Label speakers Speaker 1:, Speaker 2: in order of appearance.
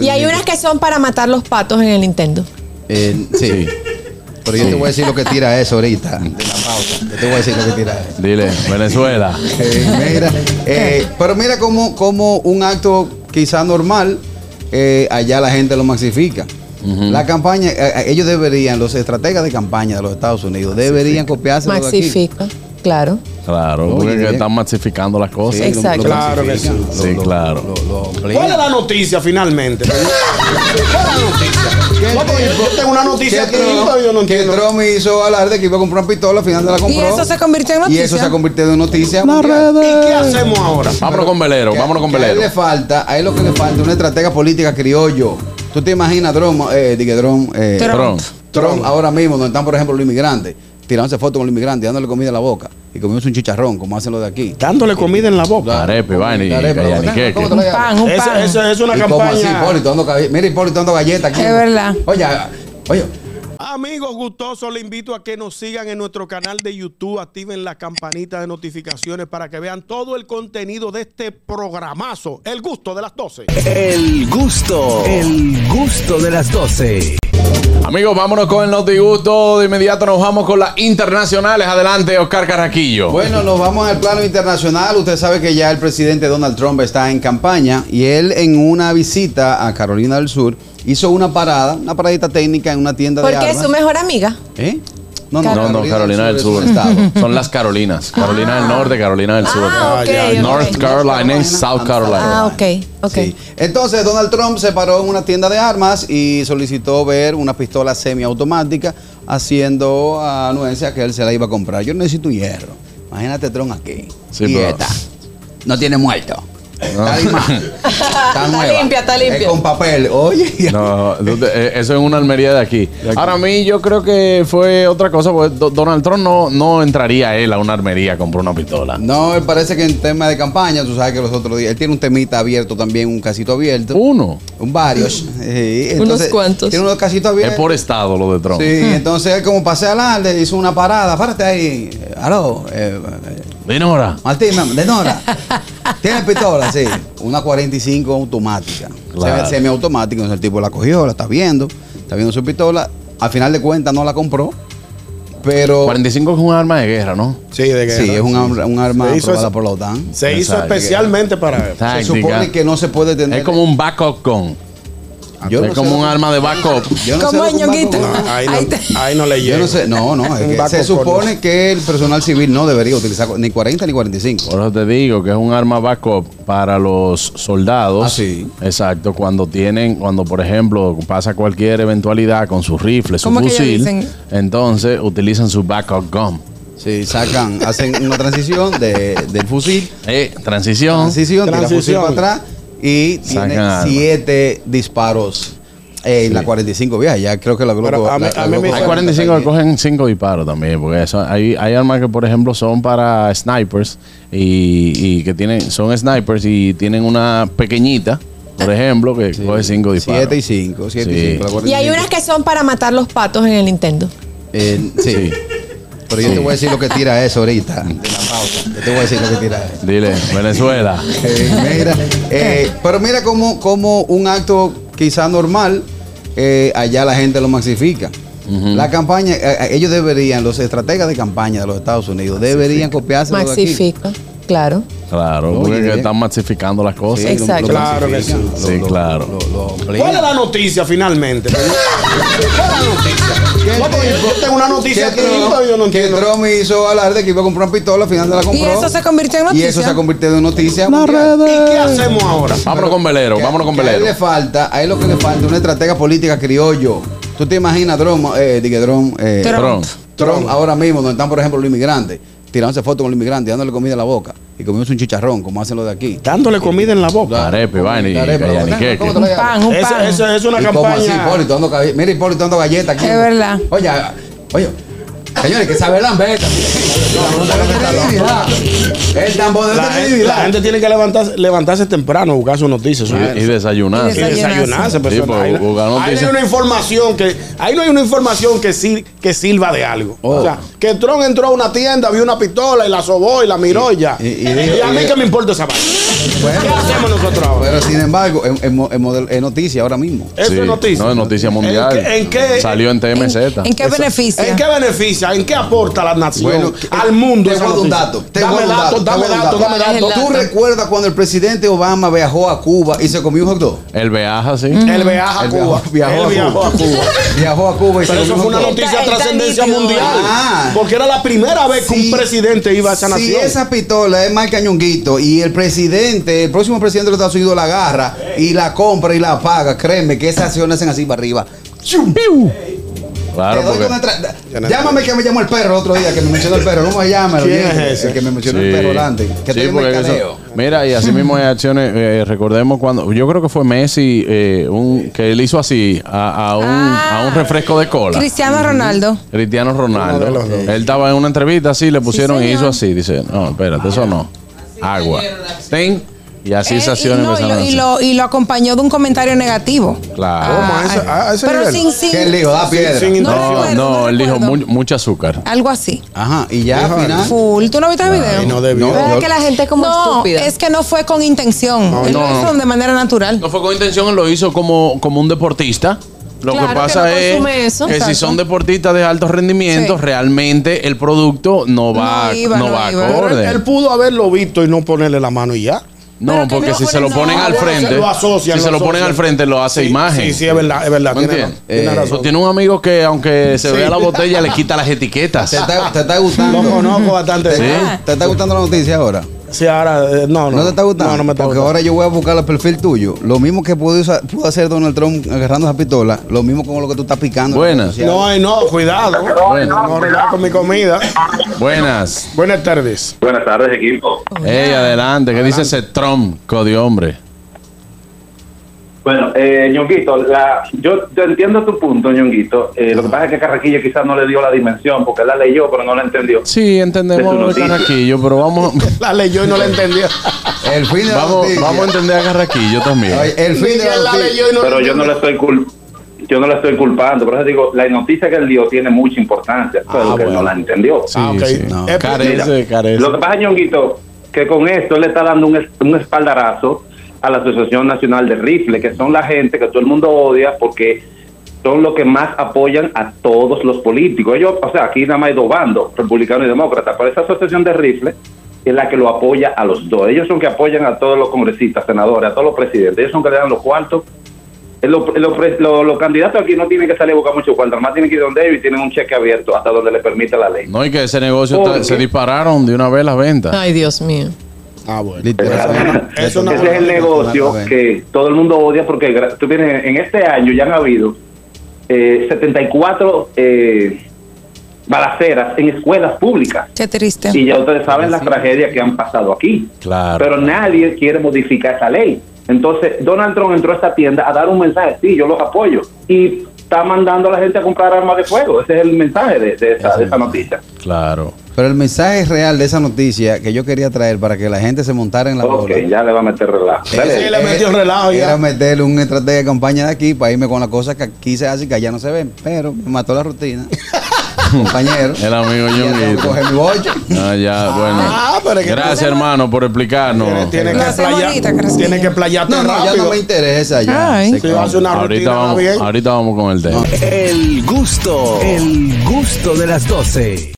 Speaker 1: Y hay unas que son para matar los patos en el Nintendo.
Speaker 2: Eh, sí. Pero yo te voy a decir lo que tira eso ahorita, de la pausa. Yo te voy a decir lo que tira eso.
Speaker 3: Dile, Venezuela.
Speaker 2: Eh, mira, eh, pero mira como, como un acto quizá normal, eh, allá la gente lo maxifica. La campaña, eh, ellos deberían, los estrategas de campaña de los Estados Unidos, deberían copiarse de aquí.
Speaker 1: Maxifica, claro.
Speaker 3: Claro,
Speaker 2: Oye,
Speaker 3: porque
Speaker 2: bien.
Speaker 3: están masificando las
Speaker 2: Sí,
Speaker 3: cosas.
Speaker 2: lo- lo
Speaker 1: Exacto.
Speaker 4: Claro que sí.
Speaker 2: maxifican,
Speaker 3: Sí, claro.
Speaker 2: lo- lo
Speaker 4: ¿Cuál es
Speaker 2: amplían.
Speaker 4: la noticia finalmente? ¿Cuál es la noticia? No, porque yo- yo tengo una noticia que
Speaker 2: que Trump,
Speaker 4: yo no
Speaker 2: que
Speaker 4: entiendo.
Speaker 2: Trump hizo alarde que iba a comprar una pistola, al final de la compró.
Speaker 1: eso se convirtió en
Speaker 2: Y eso
Speaker 1: noticia.
Speaker 2: se convirtió en noticia. mundial.
Speaker 4: ¿Y qué hacemos ahora?
Speaker 3: Vámonos con velero,
Speaker 2: Que-
Speaker 3: vámonos con
Speaker 2: que a él
Speaker 3: velero.
Speaker 2: le falta, a él lo que le falta es una estratega política criollo. ¿Tú te imaginas, Trump, eh, diga, Trump, eh,
Speaker 1: Trump.
Speaker 3: Trump.
Speaker 2: Trump ahora mismo, donde están, por ejemplo, los inmigrantes, tirándose fotos con los inmigrantes, dándole comida a la boca y comiéndose un chicharrón, como hacen los de aquí?
Speaker 4: Dándole comida en la boca.
Speaker 3: Arepe, vaina y
Speaker 2: Arepa, la boca.
Speaker 3: callaniqueque.
Speaker 2: ¿Cómo te
Speaker 1: Un
Speaker 2: la llamas?
Speaker 1: pan, un pan.
Speaker 4: Esa esa es una
Speaker 2: Y como así,
Speaker 4: campaña.
Speaker 2: Hipólito dando galle- Mira, Hipólito dando galletas aquí.
Speaker 1: Es verdad.
Speaker 2: Oye, oye.
Speaker 4: Amigos gustosos, les invito a que nos sigan en nuestro canal de YouTube, activen la campanita de notificaciones para que vean todo el contenido de este programazo, El Gusto de las 12.
Speaker 5: El gusto, el gusto de las 12.
Speaker 3: Amigos, vámonos con el notigusto. De inmediato nos vamos con las internacionales. Adelante, Oscar Carraquillo.
Speaker 2: Bueno, nos vamos al plano internacional. Usted sabe que ya el presidente Donald Trump está en campaña y él en una visita a Carolina del Sur hizo una parada, una paradita técnica en una tienda de
Speaker 1: Porque es
Speaker 2: armas.
Speaker 1: su mejor amiga.
Speaker 2: ¿eh?
Speaker 3: no, no, Carolina del Sur.
Speaker 2: es un estado.
Speaker 3: Son las Carolinas. Carolina del Norte, Carolina del Sur.
Speaker 1: Ah, ok, ok.
Speaker 3: North Carolina y South Carolina.
Speaker 1: Ah, ok, ok.
Speaker 2: Sí. Entonces Donald Trump se paró en una tienda de armas y solicitó ver una pistola semiautomática haciendo anuencia que él se la iba a comprar. Yo necesito un hierro. Imagínate Trump aquí.
Speaker 3: Sí,
Speaker 2: y
Speaker 3: pero-
Speaker 2: esta. No tiene muerto. Está, lima.
Speaker 1: Está
Speaker 2: nueva.
Speaker 1: limpia, está
Speaker 2: Es
Speaker 1: limpia.
Speaker 2: con papel. Oye.
Speaker 3: No, tú te- eh, eso es una almería de aquí. Ahora a mí yo creo que fue otra cosa, porque Do- Donald Trump no, no entraría él a una armería a comprar una pistola.
Speaker 2: No, él parece que en tema de campaña, tú sabes que los otros días, él tiene un temita abierto también, un casito abierto.
Speaker 3: Uno.
Speaker 2: Un varios. Sí,
Speaker 1: Unos cuantos.
Speaker 2: Tiene unos casitos
Speaker 3: Es
Speaker 2: abiertos.
Speaker 3: por estado lo de Trump.
Speaker 2: Sí, entonces él como pasé adelante, hizo una parada, párate ahí, eh, aló, eh, eh,
Speaker 3: Dinora.
Speaker 2: Martín, mam, de Nora, tiene pistola, sí, una 45 automática,
Speaker 3: Claro.
Speaker 2: Semi- semiautomática, entonces el tipo la cogió, la está viendo, está viendo su pistola, al final de cuentas no la compró, pero
Speaker 3: 45 es un arma de guerra, ¿no?
Speaker 4: Sí, de
Speaker 2: sí, es un, ar- un arma
Speaker 4: Se hizo
Speaker 2: aprobada
Speaker 4: esa-
Speaker 2: por la OTAN.
Speaker 4: Se hizo
Speaker 3: Exacto.
Speaker 4: especialmente para eso.
Speaker 2: Se
Speaker 3: Táctica.
Speaker 2: supone que no se puede tener...
Speaker 3: Es como un backup gun.
Speaker 2: Ah, Yo
Speaker 3: es
Speaker 2: no
Speaker 3: como
Speaker 2: sé-
Speaker 3: un arma de backup.
Speaker 2: Yo no sé
Speaker 1: Como
Speaker 2: lo que un
Speaker 1: ñonguito.
Speaker 2: banco-
Speaker 4: No, ahí,
Speaker 1: Ahí
Speaker 4: no,
Speaker 1: te-
Speaker 4: ahí no le
Speaker 2: Yo
Speaker 4: llega.
Speaker 2: no sé, no, no, es
Speaker 4: Un
Speaker 2: que
Speaker 4: vaco
Speaker 2: se
Speaker 4: con-
Speaker 2: supone que el personal civil no debería utilizar ni 40 ni 45.
Speaker 3: Por eso te digo que es un arma backup para los soldados.
Speaker 2: Ah, sí.
Speaker 3: Exacto. Cuando tienen, cuando por ejemplo pasa cualquier eventualidad con sus rifles, su
Speaker 1: ¿Cómo que ellos
Speaker 3: fusil,
Speaker 1: dicen?
Speaker 3: entonces utilizan su backup gun.
Speaker 2: Sí, sacan, hacen una transición de, del fusil,
Speaker 3: Eh, transición.
Speaker 2: transición, tira fusil
Speaker 4: Transición.
Speaker 2: para atrás y tiene
Speaker 3: Sacan arma.
Speaker 2: siete disparos en la 45 vieja. Ya creo que la
Speaker 4: Pero
Speaker 2: grupo.
Speaker 4: a mí-
Speaker 2: la- la
Speaker 4: a mí me-
Speaker 2: grupo-
Speaker 3: Hay
Speaker 4: Bueno,
Speaker 3: 45 que cogen 5 disparos también, porque eso- hay, hay armas que, por ejemplo, son para snipers y, y que tienen, son snipers y tienen una pequeñita, por ejemplo, que coge 5 disparos.
Speaker 2: 7 y 5, 7
Speaker 3: Sí.
Speaker 2: y 5. La
Speaker 1: Y hay
Speaker 2: 45.
Speaker 1: unas que son para matar los patos en el Nintendo.
Speaker 2: Eh, sí.
Speaker 3: Sí.
Speaker 2: Pero yo te voy a decir lo que tira eso ahorita, de la pausa. Yo te voy a decir lo que tira eso.
Speaker 3: Dile, Venezuela.
Speaker 2: Eh, mira, eh, pero mira como, como un acto quizá normal, eh, allá la gente lo maxifica. La campaña, eh, eh, ellos deberían, los estrategas de campaña de los Estados Unidos, deberían copiarse de aquí.
Speaker 1: Maxifica, claro.
Speaker 3: Claro,
Speaker 2: Oye,
Speaker 3: porque
Speaker 2: bien.
Speaker 3: están masificando las
Speaker 2: Sí,
Speaker 3: cosas.
Speaker 2: lo- lo
Speaker 1: Exacto.
Speaker 4: Claro que sí.
Speaker 2: maxifican,
Speaker 3: Sí, claro.
Speaker 2: lo- lo amplían.
Speaker 4: ¿Cuál es la noticia finalmente? ¿Cuál es la noticia? No, porque yo- yo tengo una noticia
Speaker 2: Que
Speaker 4: que yo no
Speaker 2: Trump, que
Speaker 4: entiendo.
Speaker 2: Trump hizo alarde que iba a comprar una pistola, al final se la compró.
Speaker 1: eso se convirtió en
Speaker 2: Y eso
Speaker 1: noticia.
Speaker 2: se ha convertido en noticia. mundial.
Speaker 4: ¿Y qué hacemos ahora?
Speaker 3: Vámonos con velero,
Speaker 2: Que-
Speaker 3: vámonos con
Speaker 2: que a él
Speaker 3: velero.
Speaker 2: le falta, a él lo que le falta es una estratega política criollo. ¿Tú te imaginas, Trump, eh, diga, Trump, eh,
Speaker 1: Trump.
Speaker 3: Trump.
Speaker 2: Trump, ahora mismo, donde están, por ejemplo, los inmigrantes, tirándose fotos con los inmigrantes, dándole comida a la boca y comiéndose un chicharrón, como hacen los de aquí.
Speaker 4: Dándole comida en la boca.
Speaker 3: Arepe, vaina y
Speaker 2: Arepa, la boca.
Speaker 3: callaniqueque.
Speaker 2: ¿Cómo te
Speaker 1: Un
Speaker 2: la llamas?
Speaker 1: pan, un
Speaker 4: Esa
Speaker 1: pan.
Speaker 4: esa es una
Speaker 2: Y como así,
Speaker 4: campaña.
Speaker 2: Hipólito dando galle- Mira, Hipólito dando galletas aquí.
Speaker 1: Es verdad.
Speaker 2: Oye, oye, Señores, que sabe la beta. El tambor de
Speaker 4: La, gente- la
Speaker 2: credibilidad.
Speaker 4: gente tiene que levantarse, levantarse temprano, buscar sus noticias. eso
Speaker 3: Y, y
Speaker 4: es.
Speaker 3: desayunarse.
Speaker 4: Y desayunarse,
Speaker 3: Sí,
Speaker 4: persona.
Speaker 3: pues,
Speaker 4: Ahí no-
Speaker 3: buscar
Speaker 4: ahí no hay
Speaker 3: noticias.
Speaker 4: una información que ahí no hay una información que sir- que sirva de algo.
Speaker 2: Oh.
Speaker 4: O sea, que Tron entró a una tienda, vio una pistola y la sobó y la miró y ya.
Speaker 2: y-
Speaker 4: Y,
Speaker 2: y dijo-
Speaker 4: a mí
Speaker 2: y-
Speaker 4: que me importa esa vaina.
Speaker 2: Bueno.
Speaker 4: ¿Qué hacemos nosotros ahora?
Speaker 2: Pero sin embargo, es- es mo- es modelo- es noticia ahora mismo.
Speaker 4: Eso
Speaker 3: Sí.
Speaker 4: es noticia.
Speaker 3: No, es noticia mundial.
Speaker 4: ¿En qué, en qué-
Speaker 3: Salió en TMZ.
Speaker 1: ¿En qué beneficia?
Speaker 4: ¿En qué beneficia? ¿En qué aporta la nación?
Speaker 2: Bueno, que-
Speaker 4: al mundo.
Speaker 2: Te
Speaker 4: esa
Speaker 2: voy a dar un
Speaker 4: noticia?
Speaker 2: dato. te voy a
Speaker 4: Dame
Speaker 2: dar un dato,
Speaker 4: datos, dame
Speaker 2: te voy a dar
Speaker 4: datos,
Speaker 2: un
Speaker 4: dame
Speaker 2: dato.
Speaker 1: dato.
Speaker 2: ¿Tú
Speaker 1: Dame dato.
Speaker 2: recuerdas cuando el presidente Obama viajó a Cuba y se comió un hot dog?
Speaker 3: El Beaja, sí.
Speaker 4: Él viaja a
Speaker 2: Él
Speaker 4: Cuba.
Speaker 2: Viajó,
Speaker 4: Él
Speaker 2: viajó a Cuba. Viajó a Cuba y
Speaker 4: Pero
Speaker 2: se
Speaker 4: eso
Speaker 2: comió un
Speaker 4: fue una
Speaker 2: hot dog.
Speaker 4: noticia de
Speaker 1: Está- está
Speaker 4: trascendencia
Speaker 1: nítido.
Speaker 4: mundial.
Speaker 2: Ah.
Speaker 4: Porque era la primera vez que
Speaker 2: Si-
Speaker 4: un presidente iba a esa
Speaker 2: Si
Speaker 4: nación.
Speaker 2: esa pistola es mal cañonguito y el presidente, el próximo presidente de los Estados Unidos la agarra y la compra y la paga, créeme que esas acciones hacen así para arriba. ¡Chum!
Speaker 3: Claro,
Speaker 2: Te doy
Speaker 3: porque.
Speaker 2: una tra- Llámame que me llamó el perro otro día, que me mencionó el perro. ¿Cómo se llama?
Speaker 4: ¿Quién
Speaker 2: El-
Speaker 4: es ese?
Speaker 2: El que me mencionó
Speaker 3: Sí.
Speaker 2: el perro delante. Que
Speaker 3: Sí,
Speaker 2: te llama
Speaker 3: porque
Speaker 2: el
Speaker 3: eso-
Speaker 2: caneo.
Speaker 3: mira, y así mismo hay acciones. eh, recordemos cuando. Yo creo que fue Messi eh, un, que él hizo así a, a un,
Speaker 1: Ah.
Speaker 3: a un refresco de cola.
Speaker 1: Cristiano Ronaldo.
Speaker 3: Cristiano
Speaker 4: Uno de los
Speaker 3: Ronaldo.
Speaker 4: dos.
Speaker 3: Él estaba en una entrevista así, le pusieron y
Speaker 1: señor.
Speaker 3: hizo así. Dice, no, espérate, eso no. Agua. Ten. Y así esas
Speaker 1: Eh, y,
Speaker 3: acciones
Speaker 1: no, y
Speaker 3: empezaron
Speaker 1: lo, y
Speaker 3: así.
Speaker 1: lo- y lo acompañó de un comentario negativo.
Speaker 3: Claro.
Speaker 4: ¿Cómo? ¿A ese-
Speaker 1: ah,
Speaker 4: a ese
Speaker 1: pero
Speaker 4: nivel?
Speaker 1: sin, sin-
Speaker 2: ¿Qué lío? Da piedra.
Speaker 4: sin-
Speaker 1: no
Speaker 3: No,
Speaker 1: recuerdo,
Speaker 3: no,
Speaker 1: no
Speaker 3: él dijo
Speaker 1: recuerdo.
Speaker 3: mu- mucho azúcar.
Speaker 1: algo así.
Speaker 2: Ajá, y ya al final.
Speaker 1: Full, ¿tú no viste el video?
Speaker 4: Ay, no debió.
Speaker 2: No,
Speaker 6: Pero
Speaker 2: yo-
Speaker 6: es que la gente es como
Speaker 1: no,
Speaker 6: estúpida.
Speaker 1: es que no fue con intención.
Speaker 3: No,
Speaker 1: Él lo
Speaker 3: no.
Speaker 1: hizo de manera natural.
Speaker 3: No fue con intención, él lo hizo como, como un deportista. Lo
Speaker 6: Claro,
Speaker 3: que
Speaker 6: que
Speaker 3: pasa
Speaker 6: no consume
Speaker 3: es
Speaker 6: eso.
Speaker 3: que si
Speaker 1: Exacto.
Speaker 3: son deportistas de alto rendimiento,
Speaker 1: Sí.
Speaker 3: realmente el producto no va,
Speaker 1: No iba,
Speaker 3: no
Speaker 1: no
Speaker 3: va
Speaker 1: iba.
Speaker 4: Pero él,
Speaker 3: acorde.
Speaker 4: él pudo haberlo visto y no ponerle la mano y ya.
Speaker 1: Pero
Speaker 3: no,
Speaker 1: que
Speaker 3: porque
Speaker 1: no
Speaker 3: si se
Speaker 1: ponen
Speaker 3: lo
Speaker 1: la
Speaker 3: ponen al
Speaker 1: mano.
Speaker 3: frente,
Speaker 4: Lo asocian,
Speaker 3: si se lo ponen
Speaker 4: asocian.
Speaker 3: al frente, lo hace
Speaker 4: Sí,
Speaker 3: imagen.
Speaker 4: Sí, sí, es verdad, es verdad.
Speaker 3: ¿Me
Speaker 4: Tiene,
Speaker 3: entiendes?
Speaker 4: tiene
Speaker 3: Eh,
Speaker 4: razón.
Speaker 3: tiene un amigo que aunque se
Speaker 4: Sí.
Speaker 3: vea la botella le quita las etiquetas.
Speaker 2: ¿Te está, te está gustando?
Speaker 4: Lo conozco bastante.
Speaker 3: Sí.
Speaker 4: bien.
Speaker 2: ¿Te está gustando la noticia ahora?
Speaker 4: Sí, ahora, eh, no, no.
Speaker 2: ¿No te está gustando?
Speaker 4: No, no me está
Speaker 2: Porque
Speaker 4: gustando.
Speaker 2: ahora yo voy a buscar el perfil tuyo. Lo mismo que pudo, usa- pudo hacer Donald Trump agarrando esa pistola, lo mismo con lo que tú estás picando. en
Speaker 3: Buena.
Speaker 2: las redes sociales.
Speaker 4: No, ay, no, cuidado.
Speaker 3: Bueno.
Speaker 4: No, cuidado con mi comida.
Speaker 3: Buenas.
Speaker 4: Buenas tardes.
Speaker 7: Buenas tardes, equipo.
Speaker 3: Ey, adelante. ¿Qué dice ese tronco de hombre?
Speaker 7: Bueno, eh, Ñonguito, la, yo te entiendo tu punto, Ñonguito. Eh, lo que pasa es que Carraquillo quizás no le dio la dimensión, porque él la leyó, pero no la entendió.
Speaker 3: Sí,
Speaker 7: Es una
Speaker 3: entendemos el
Speaker 7: noticia.
Speaker 3: carraquillo, pero vamos,
Speaker 4: La leyó y no la entendió.
Speaker 2: El fin de la
Speaker 3: vamos,
Speaker 2: noticia.
Speaker 3: vamos a entender a carraquillo también.
Speaker 2: Ay, El fin de
Speaker 4: Miguel
Speaker 2: la
Speaker 4: la
Speaker 2: noticia.
Speaker 4: leyó y no
Speaker 7: Pero
Speaker 4: la
Speaker 7: yo no
Speaker 4: entendió.
Speaker 7: le estoy cul- yo no le estoy culpando. Por eso digo, la noticia que él dio tiene mucha importancia, pero que él
Speaker 3: bueno.
Speaker 7: no la entendió.
Speaker 3: Sí,
Speaker 4: Ah, ok.
Speaker 3: sí.
Speaker 4: No.
Speaker 3: Carece, carece.
Speaker 7: Lo que pasa, Ñonguito, que con esto él le está dando un, es- un espaldarazo a la Asociación Nacional de Rifle, que son la gente que todo el mundo odia porque son los que más apoyan a todos los políticos. Ellos, o sea, aquí nada más hay dos bandos, republicano y demócrata, pero esa asociación de rifle es la que lo apoya a los dos. Ellos son que apoyan a todos los congresistas, senadores, a todos los presidentes. Ellos son que le dan los cuartos. Eh, Los, los pres- los- los candidatos aquí no tienen que salir a buscar mucho cuarto, más tienen que ir donde ellos y tienen un cheque abierto hasta donde le permita la ley.
Speaker 3: No, y que ese negocio está-
Speaker 7: Porque-
Speaker 3: se dispararon de una vez las ventas.
Speaker 1: Ay, Dios mío.
Speaker 4: Ah, bueno.
Speaker 2: Literal.
Speaker 4: Eso es una
Speaker 7: Ese
Speaker 4: buena
Speaker 7: es el negocio
Speaker 2: Una buena.
Speaker 7: que todo el mundo odia porque gra- tú tienes, en este año ya han habido eh, 74 eh, balaceras en escuelas públicas.
Speaker 1: Qué triste.
Speaker 7: Y ya ustedes saben las tragedias que han pasado aquí.
Speaker 3: Claro.
Speaker 7: Pero nadie quiere modificar esa ley. Entonces, Donald Trump entró a esta tienda a dar un mensaje. Sí, yo los apoyo. Y está mandando a la gente a comprar armas de fuego. Ese es el mensaje de, de esa, de esa noticia.
Speaker 3: Claro.
Speaker 2: Pero el mensaje real de esa noticia que yo quería traer para que la gente se montara en la
Speaker 7: Ok,
Speaker 2: bola.
Speaker 7: ya le va a meter relajo.
Speaker 2: Sí,
Speaker 7: Dale.
Speaker 4: Sí, le metió relajo ya.
Speaker 2: Eh, Era meterle un estratega de campaña de aquí para irme con las cosas que aquí se hacen que allá no se ven. Pero me mató la rutina. Compañero.
Speaker 3: El amigo
Speaker 2: Ya tengo que
Speaker 3: Ñonguito.
Speaker 2: coger mi bocho.
Speaker 3: Ah, ya, bueno.
Speaker 4: Ah, pero es que
Speaker 3: Gracias, hermano, por explicarnos.
Speaker 4: Tiene
Speaker 1: Lo
Speaker 4: que
Speaker 1: hace
Speaker 4: playar.
Speaker 1: bonita, Carraquillo.
Speaker 4: Tiene que playarte
Speaker 2: No, no, ya
Speaker 4: rápido.
Speaker 2: no me interesa ya.
Speaker 1: Ay.
Speaker 2: Se
Speaker 4: Sí, va a
Speaker 2: acabó.
Speaker 4: hacer una
Speaker 3: ahorita,
Speaker 4: rutina
Speaker 3: vamos,
Speaker 4: bien.
Speaker 3: ahorita vamos con el tema.
Speaker 5: El gusto, el gusto de las doce.